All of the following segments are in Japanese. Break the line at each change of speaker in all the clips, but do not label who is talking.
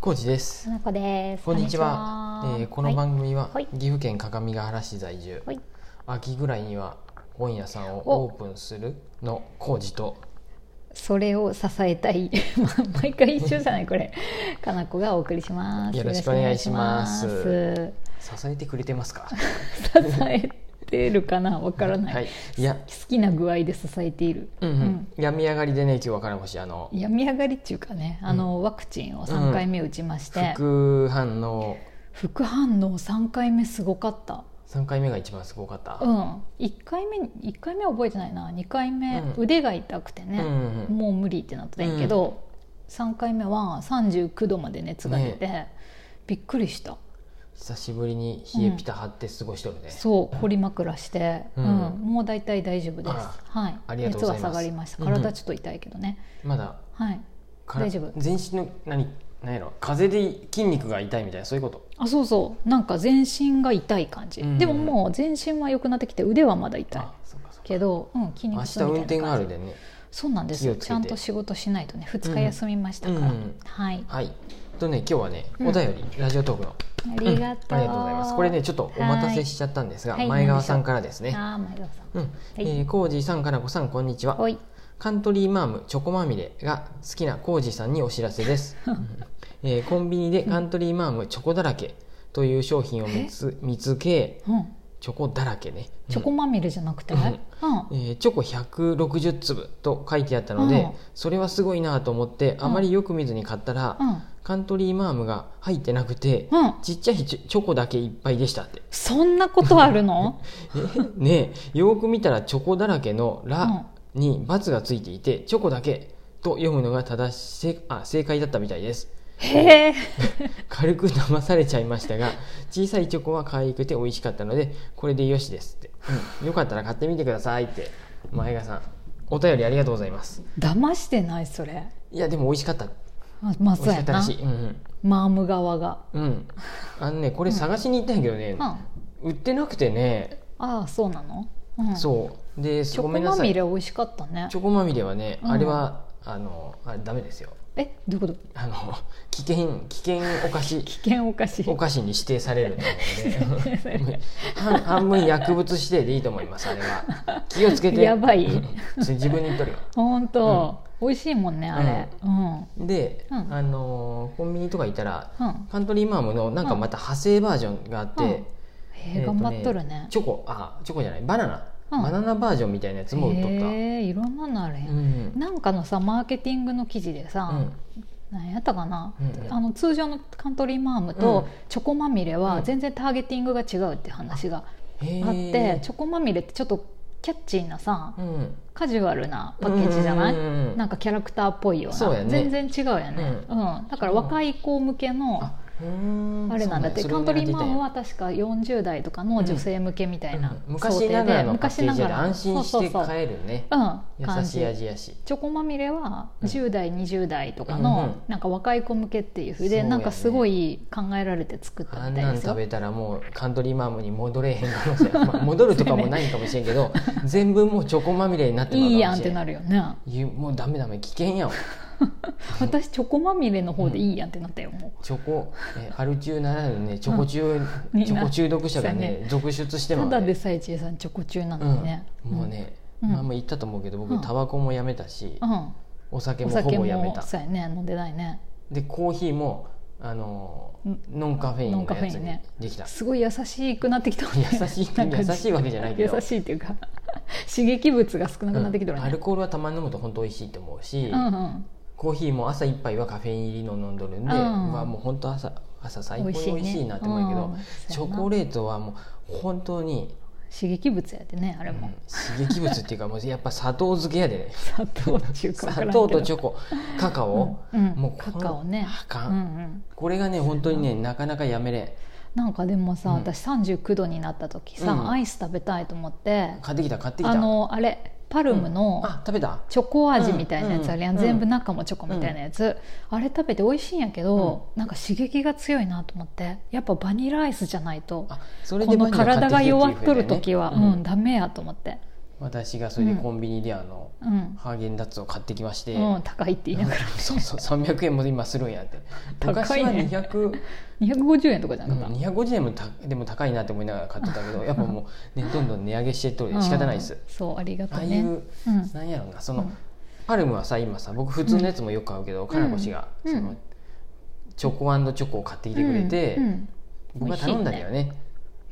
コーチです
花子です。
こんにちはえーこの
組
番組は
はい
岐阜県各務原市在住、
はい
秋ぐらいには本屋さんを
お
オープンするのコーチと
それを支えたい。 まあ毎回一緒じゃないこれ。かなこがお送りします。
よろしくお願いします
よろしくお願いし
支えてくれてます か
ます支えてるかなわからない、
はいいや
好きな具合で支えている。
うんうん、病み上がりでね今日はからもしあの
うん病み上がりっていうかね、あのワクチンを三回目打ちまして、
副反応
副反応三回目すごかった。
3回目が一番すごかった、
うん、一回目一回目は覚えてないな、二回目、
うん
腕が痛くてね、
うんうんうん
もう無理ってなったんやけど、3回目は39度まで熱が出て、びっくりした
久しぶりに冷えピタ張って過ごしとるね、
そう掘り枕して、
う
うんんもう大体大丈夫です
あら
はい
ありがとうございます
熱が下がりました
うんうん
体ちょっと痛いけどね、
まだ
はい
から
大丈夫
全身の何何やろ風邪で筋肉が痛いみたいなそういうこと
あそうそうなんか全身が痛い感じ、
うんうん
でももう全身は良くなってきて腕はまだ痛い
あそうかそうか
けど、うん、筋
明
肉
日
痛み
運
たいな
転
感じ
があるでね
そうなんです
気を
よ
つけて
ちゃんと仕事しないとね2日休みましたから、
うんうん
はい
はい。とね今日はね、
うん
お便りラジオトークの
ありがと
うん
う、
ありがとうございます。これねちょっとお待たせしちゃったんですが、
はい
前川さんからです
あ
ね。
ー前川さん
うん、えー、コージさんかなこさんこんにちは
おい
カントリーマームチョコまみれが好きなコージさんにお知らせ です、うんえーコンビニでカントリーマームチョコだらけという商品を見つ見つけ
うん
チョコだらけね、うん
チョコまみれじゃなくて、
う
うんん
えーチョコ160粒と書いてあったので、
うん
それはすごいなと思ってあまりよく見ずに買ったら、
うん
カントリーマームが入ってなくて、
うん
ちっちゃいチョチョコだけいっぱいでしたって
そんなことあるの
えねえよーく見たらチョコだらけの「ら」に「×」がついていて「チョコだけ」と読むのが正し正あ正解だったみたいです
へえ
軽く騙されちゃいましたが小さいチョコは可愛くて美味しかったのでこれでよしですって、うんよかったら買ってみてくださいって前川さんお便りありがとうございます
騙してないそれ
いやでも美味しかった
あまあ
美味
そう
しか
や
ったら
な
しいうんうん
マーム側が、
うん、あのねこれ探しに行ったんやけどね
う、ん、あ
売ってなくてね、
あそうなの、うん、
そうで
チョ
ご
コ
めんな
ま
さ
み
い
れ美味しかったね
チョコまみれはね、
うん
あれはあのあれダメですよ
えどういうこと
あの危険危険お菓子
危険おかしい
お菓子に指定されると思うの で半半分薬物指定でいいと思いますあれは気をつけて
やばい
それ自分に言っとるよ
ほんと、美味しいもんねあれうん、うん
で、
うん
あのコンビニとか行ったらカントリーマームのなんかまた派生バージョンがあって、
うんうんへえ
えーと
頑
ね
張っとるね
チョコあチョコじゃないバナナ、
うん
バナナバージョンみたいなやつも売っとった、
へえいろんなのあるや、
うんん
なんかのさマーケティングの記事でさ、
うん
何やったかな、
うんうん
あの通常のカントリーマームと
うん
チョコまみれ
う
は
ん
全然ターゲティングが違うって話が
へー
あって、チョコまみれってちょっとキャッチーなさ
うん
カジュアルなパッケージじゃない、
うんうんうんうん
なんかキャラクターっぽいような
そうやね
全然違うよね、
う
うんだから若い子向けの
あうーん
あれなんだって、
そう
カ
や
ントリーマーム
それを狙っていたんや
は確か40代とかの女性向けみたいな
うん
想定
昔
で、
ながらのパッケ
昔
ー
な
ジ
が
で
ら
安心して
そうそうそう
買えるね
うん感
優
じ
しい味やし
チョコまみれは
うん
10代、20代とか
うんうん
のなんか若い子向けっていうふう
そう
で
やね
なんかすごい考えられて作った
あん
みた
ないん
です
食
よ
べたらもうカントリーマームに戻れへん可能性、 まあ、戻るとかもないかもしれんけど全部もうチョコまみれになってまうかもしれ
いいやんってなるよね
言うもうダメダメ危険やん
私チョコまみれの方でいいやんってなったよも
チョコえアル中ならぬねチョコ中、
うん
チョコ中毒者が
そう
ね続出して
う
ま
た
う
だで
ね
さえちえさんチョコ中な
う
のに
ん
ね
もうね、
うん
まあ、あんま言ったと思うけど
う
僕
ん
タバコもやめたし、
うん
お酒
お
もほ
酒
ぼやめ
も
た
そうやね飲んでないね
でコーヒーもあのー
うん
ノンカフェインのやつ
ノンカフェイン
に
ね
できた、
すごい優しくなってきたわね
優しい
なんか
優しいわけじゃないけど
優しいっていうか刺激物が少なくなってきた
うんア
わ
ル
ね
コールはたまに飲むと本当美味しいと思うし、
うんうん
コーヒーも朝一杯はカフェイン入りの飲んどるんで、
うん
まあもう本当朝朝最高に美
美
味
味しいね
しいなって思うけど、
うん
チョコレートはもう本当に、
刺激物やってねあ
う
れも
ん刺激物っていうかもうやっぱ砂糖漬けやでね
砂糖っていうかわから
砂
んけ
糖
ど
とチョコカカオ、
うんうん
もこ
カ
ん
カオね
あかん、
うんうん、
これがね本当にねなかなかやめれん
なんかでもさ、
うん
私39度になった時さ、
うん
アイス食べたいと思って
買ってきた買ってきた
あのあれパルムの
あ食べた
チョコ味みたいなやつあるやん、
うんうん
全部中もチョコみたいなやつ、あれ食べて美味しいんやけど、なんか刺激が強いなと思ってやっぱバニラアイスじゃないと
あそ
この
バニラ買
体が
てきてっていう
弱っとる時は、
ふうだよね
うん、ダメやと思って
私がそれでコンビニであの、
うん、
ハーゲンダッツを買ってきまして、
うん、高いって言いながら
そうそう300円も今するんやって
高いね
昔は200
250円とかじゃ
う
なか
ん
った、
250円もたでも高いなって思いながら買ってたけどやっぱもう、ね、どんどん値上げしてっとるで仕方ないです、
うんそうありがと
ああ
う
い
ね
う、
うん
なんやろうなその、
うん
パルムはさ今さ僕普通のやつもよく買うけど、カラコシが、
うん
そのチョコチョコを買ってきてくれて、
うんうん
僕は頼んだけどね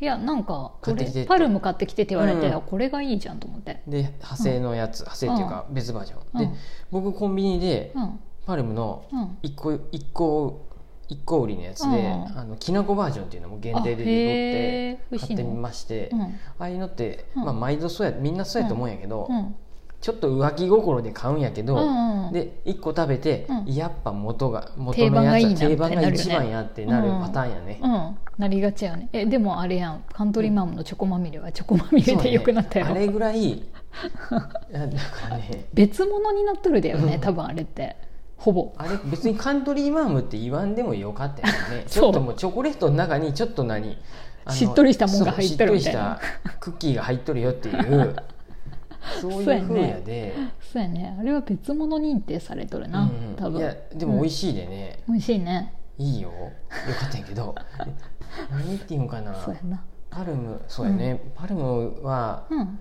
いやなんかこ
買って
れ
きてって
パルム買ってきてって言われて、
うん
あこれがいいじゃんと思って、
で派生のやつ、派生っていうか別バージョン、
うん
で僕コンビニで
うん
パルムの
うん、
1個一個一個売りのやつで、
うん
あのきなこバージョンっていうのも限定で
あへ
取
ー
って
美味し
買
い
っ
の
てみまして、
うん
ああいうのって、
うん
まあ、毎度そうやみんなそうやと思うんやけど、
うん
ちょっと浮気心で買うんやけど、
うんうん
で1個食べて、
うん
やっぱ元が元の
定番がいい
や
な
つは定番が一番や
み
った
い
て
にな
な
る
る
よね
パターンやね。
うん、なりがちやねえでもあれやんカントリーマアムのチョコまみれはチョコまみれ
そう
で
ね
よくなったよ、
あれぐら いあなんかね
別物になっとるだよね、
うん
多分あれってほぼ
あれ別にカントリーマームって言わんでもよかったよね
そ
ち
う
ょっともうチョコレートの中にちょっと何あの
しっとりしたもんが入っとるみたいな
そうしっとりしたクッキーが入っとるよっていうそういうふうやで
そうやねあれは別物認定されとるな、
うん
多分
いやでも美味
し
し
い、
いでね、
うん美味しいね
いいよよかったんやけ ど何っていうんかな
そうやな
パルムそうやね、パルムは
うん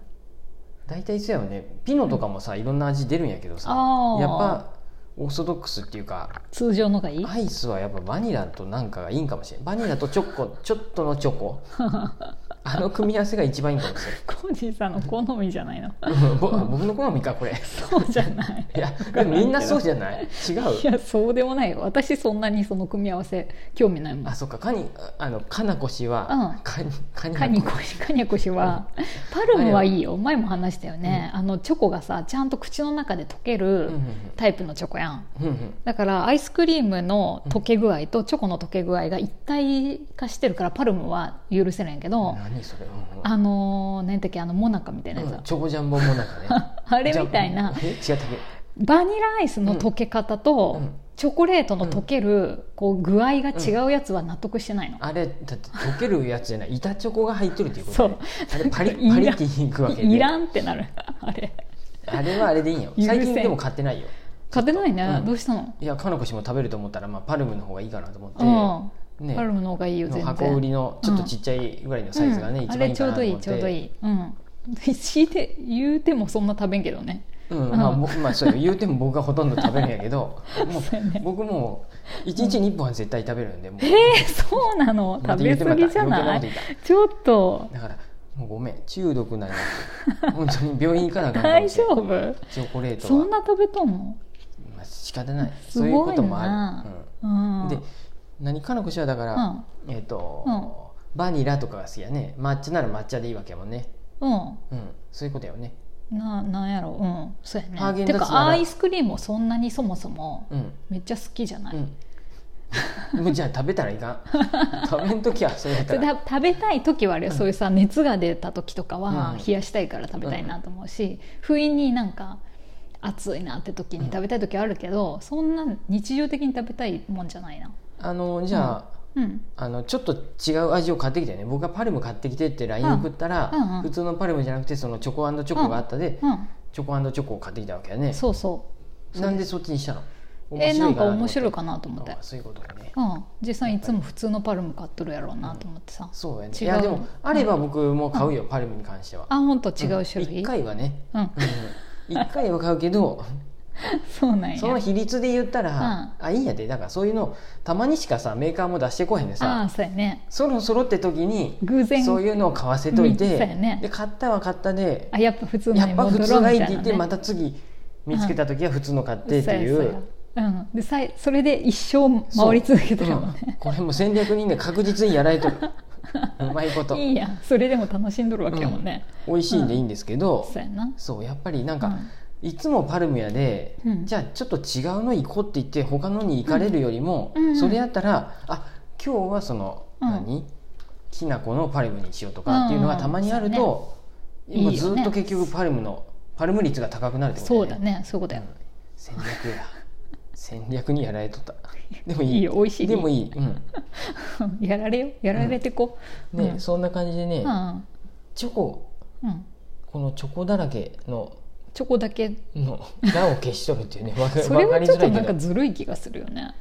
大体そうやよねピノとかもさいろんな味出るんやけどさ
あー
やっぱオーソドックスっていうか
通常のがいい
アイスはやっぱバニラとなんかがいいんかもしれんバニラとチョ コちょっとのチョコあの組み合わせが一番いいんかもし
コージーさんの好みじゃないの
れん うんぼ僕の好みかこれ
そうじゃない
いやでもみんなそうじゃない違
いうやそうでもないよ私そんなにその組み合わせ興味ないもん
あそっかカニあのかなこ氏
うん
は、カニカニ
カニコシカニコシはパルムはいいよ前も話したよね、あのチョコがさちゃんと口の中で溶ける
うんうんうん
タイプのチョコやん
うんうん
だからアイスクリームの溶け具合とチョコの溶け具合が一体化してるからパルムは許せないんやけど、
何それ、うんうん
あのー、何だっけあのモナカみたいなやつ、
うんチョコジャンボもなんかね
あれみたいな
ジャンえ違ったっけ
バニラアイスの溶け方と、
うんうん
チョコレートの溶けるこう具合が違うやつは納得してないの、
あれだって溶けるやつじゃない板チョコが入ってるっていうこと
そう
あれパリ
いらん
パリっていくわけで
いいらんってなる あれ
あれはあれでいいんよ
許せん
最近でも買ってないよ
勝てないね、
うん
どうしたの
いやかのこ氏も食べると思ったら、まあ、パルムの方がいいかなと思って、
うん、
ね
パルムの方がいいよ全
の
然
箱売りのちょっとちっちゃいぐらいのサイズがね、
うん
一番いいかなと思
あ
っ
れ
て
ちょうどいいちょうどいいうん強いて言うてもそんな食べんけどね
うん
うん
まあぼまあ、そうよ言うても僕がほとんど食べるんやけ どもう
そうやね
僕もう1日に1本は絶対食べるんでもう
えー、そうなの
また
食べ過ぎじゃな
また余
い
計なこと言っ
ちょっと
だからもうごめん中毒 なんや本当に病院行かなあかんか
大
もしれ
丈
ん
夫
チョコレート
そ
は
んな食べとんの
まあ、仕方ない
す
そういう
ご
こ
い
ともあ
な
る、
うん
うん、で何かのこしはだから、
うん
えっ、と、
うん
バニラとかが好きやね抹茶なら抹茶でいいわけやもんね
うん
うんそういうことやよね
ななんやろうんそう
ハ
や
ーゲ
ね
ン
て
ダッツなら
かアイスクリームもそんなにそもそも
うん
めっちゃ好きじゃない、
うんもうじゃあ食べたらいかん食べんときはそうやっ
そ
た
れ
ら
だ食べたい時はあれよ、そういうさ熱が出た時とかは
うん
冷やしたいから食べたいなと思うし、不意になんか暑いなって時に食べたい時はあるけど、そんな日常的に食べたいもんじゃないな
あのじゃあ、
うん
あのちょっと違う味を買ってきてね僕がパルム買ってきてって LINE 送ったら、
うんうんうん
普通のパルムじゃなくてそのチョコチョコがあったで、
うん
チョコチョコを買ってきたわけやね
そうそ
なんでそっちにしたの
うえなんか面
い
白いかなと思って、
あそういうことだね
うん、実際いつも普通のパルム買っとるやろうなと思ってさ、
そうやね
違う
いやでもあれば僕も買うよ、パルムに関しては
あほんと違う種類、
1回はね、
うん
うん、1回は買うけ ど
そうなんや
その比率で言ったら、
う
あいいんやでだからそういうのたまにしかさメーカーも出してこへんで
あ
さ
あそうやね
そろそろって時に
偶然
そういうのを買わせとい
うん
て、
そうやね
で買ったは買ったで
あやっぱ普通の
や
に
っぱ普
戻ろ
通
うみ
が
た
いいっ
いな、
て
ね、
言ってまた次見つけた時は普通の買ってってい
そうや。そうやうん、でさいそれで一生回り続けてるもん
そううん
ね、
これも戦略人で確実にやられとる うまいこと
いいやんそれでも楽しんどるわけやもんね、
美味しいんでいいんですけど、
そうやな
そうやっぱりなんか、いつもパルムやで、
うん
じゃあちょっと違うの行こうって言って他のに行かれるよりも、
うんうん
それやったらあ今日はその、
うん
何きな粉のパルムにしようとかっていうのが
うんうん
たまにあると、
そうね
もう
いいよ
ず
ね
っと結局パルムのパルム率が高くなるってこと
そうだねそういうことや、
戦略や戦略にやられ とったでもいい
いいよ美味しい
でもいい、うん
やられよやられてこう、
ね
うん
そんな感じでね、
うん
チョコ
うん
ここのチョコだらけの
チョコだけ
の だを消しとるっていうねわか
それ
わか
は
り
ちょっ
づら
と
い
なん
け
か
ど
ずるい気がするよね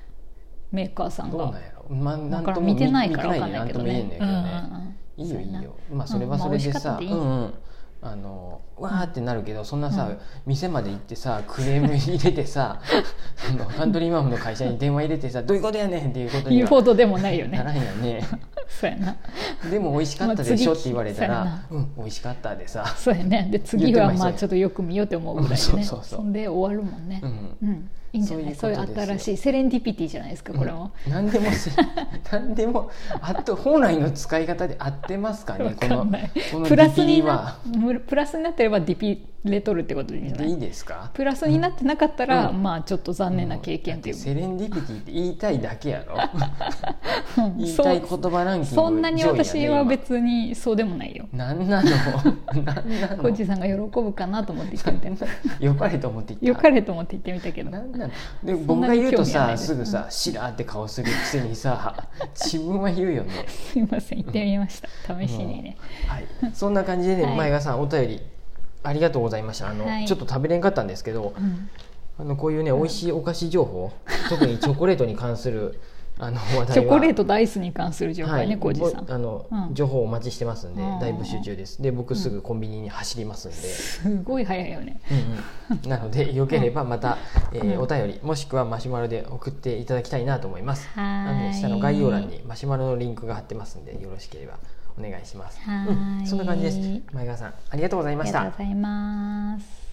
メーカーさん
どうなん
が
やろまあな
だ
ん
から
と
見
も
てないから
見て
分かんないけどね
なんとも言えんねんけどね
うん
いいよ
うんうん
いいよまあ
そ
そ
う
れ
や
は
な
それでさ、
まあ美味しかったでいい
うんうんあのわーってなるけどそんなさ、
うん
店まで行ってさクレーム入れて さあのカントリーマアムの会社に電話入れてさ「どういうことやねん!」っていうことに
言うほ
は
どでもないよ
なら
ね
んよね
そうやな
でも美味しかったでしょ
まあ
って言われた
次
ら「うん美味しかった」でさ、
そうやねで次
言って
は
ました
まあ
よ
ちょっとよく見ようって思うぐらい
そ
ね
うそうそうん
で終わるもんね
うん、
うんいいんじゃないそ
そうう
い
いううことですよ
新しいセレンディピティじゃないですかこれも、
うん何でも せ何でもあと本来の使い方で合ってますか
わ
ねこ
か
の
んない
この
プラスに
リピ
な
は
プラスになってればディピレトルってことでいいんじゃない
いいですか
プラスになってなかったら、
うん
まあちょっと残念な経験っていう
だってセレンディピティって言いたいだけや ろ
うん
言い
そう
たい言葉ランキング上位やね
そんなに私は別にそうでもないよ
今何 なの何な
コー
の
ジさんが喜ぶかなと思って行ってみた
よかれと思って言った
よかれと思って行ってみたけど
何なので
に
僕が言うと
興味は
さ
ないです
すぐさ「しら」って顔するくせにさ 自分は言うよね
すいません行ってみました試しにね、
はい、そんな感じでね、
はい
前川さんお便りありがとうございましたあの、
はい
ちょっと食べれんかったんですけど
うん
あのこういうね美味しいお菓子情報、特にチョコレートに関するあの話題は
チョコレートとアイスに関する情報
は
ね、
い、
コージさん
ぼあの、
うん
情報お待ちしてますんで
うん
大募集中ですで僕すぐコンビニに走りますんで、
すごい早いよね
うんうんなのでよければまた、えーお便りもしくはマシュマロで送っていただきたいなと思います
はーい
なので下の概要欄にマシュマロのリンクが貼ってますんでよろしければお願いします
はーい
うん、そんな感じです前川さんありがとうござい
あ
ま
り
し
が
た
とうございます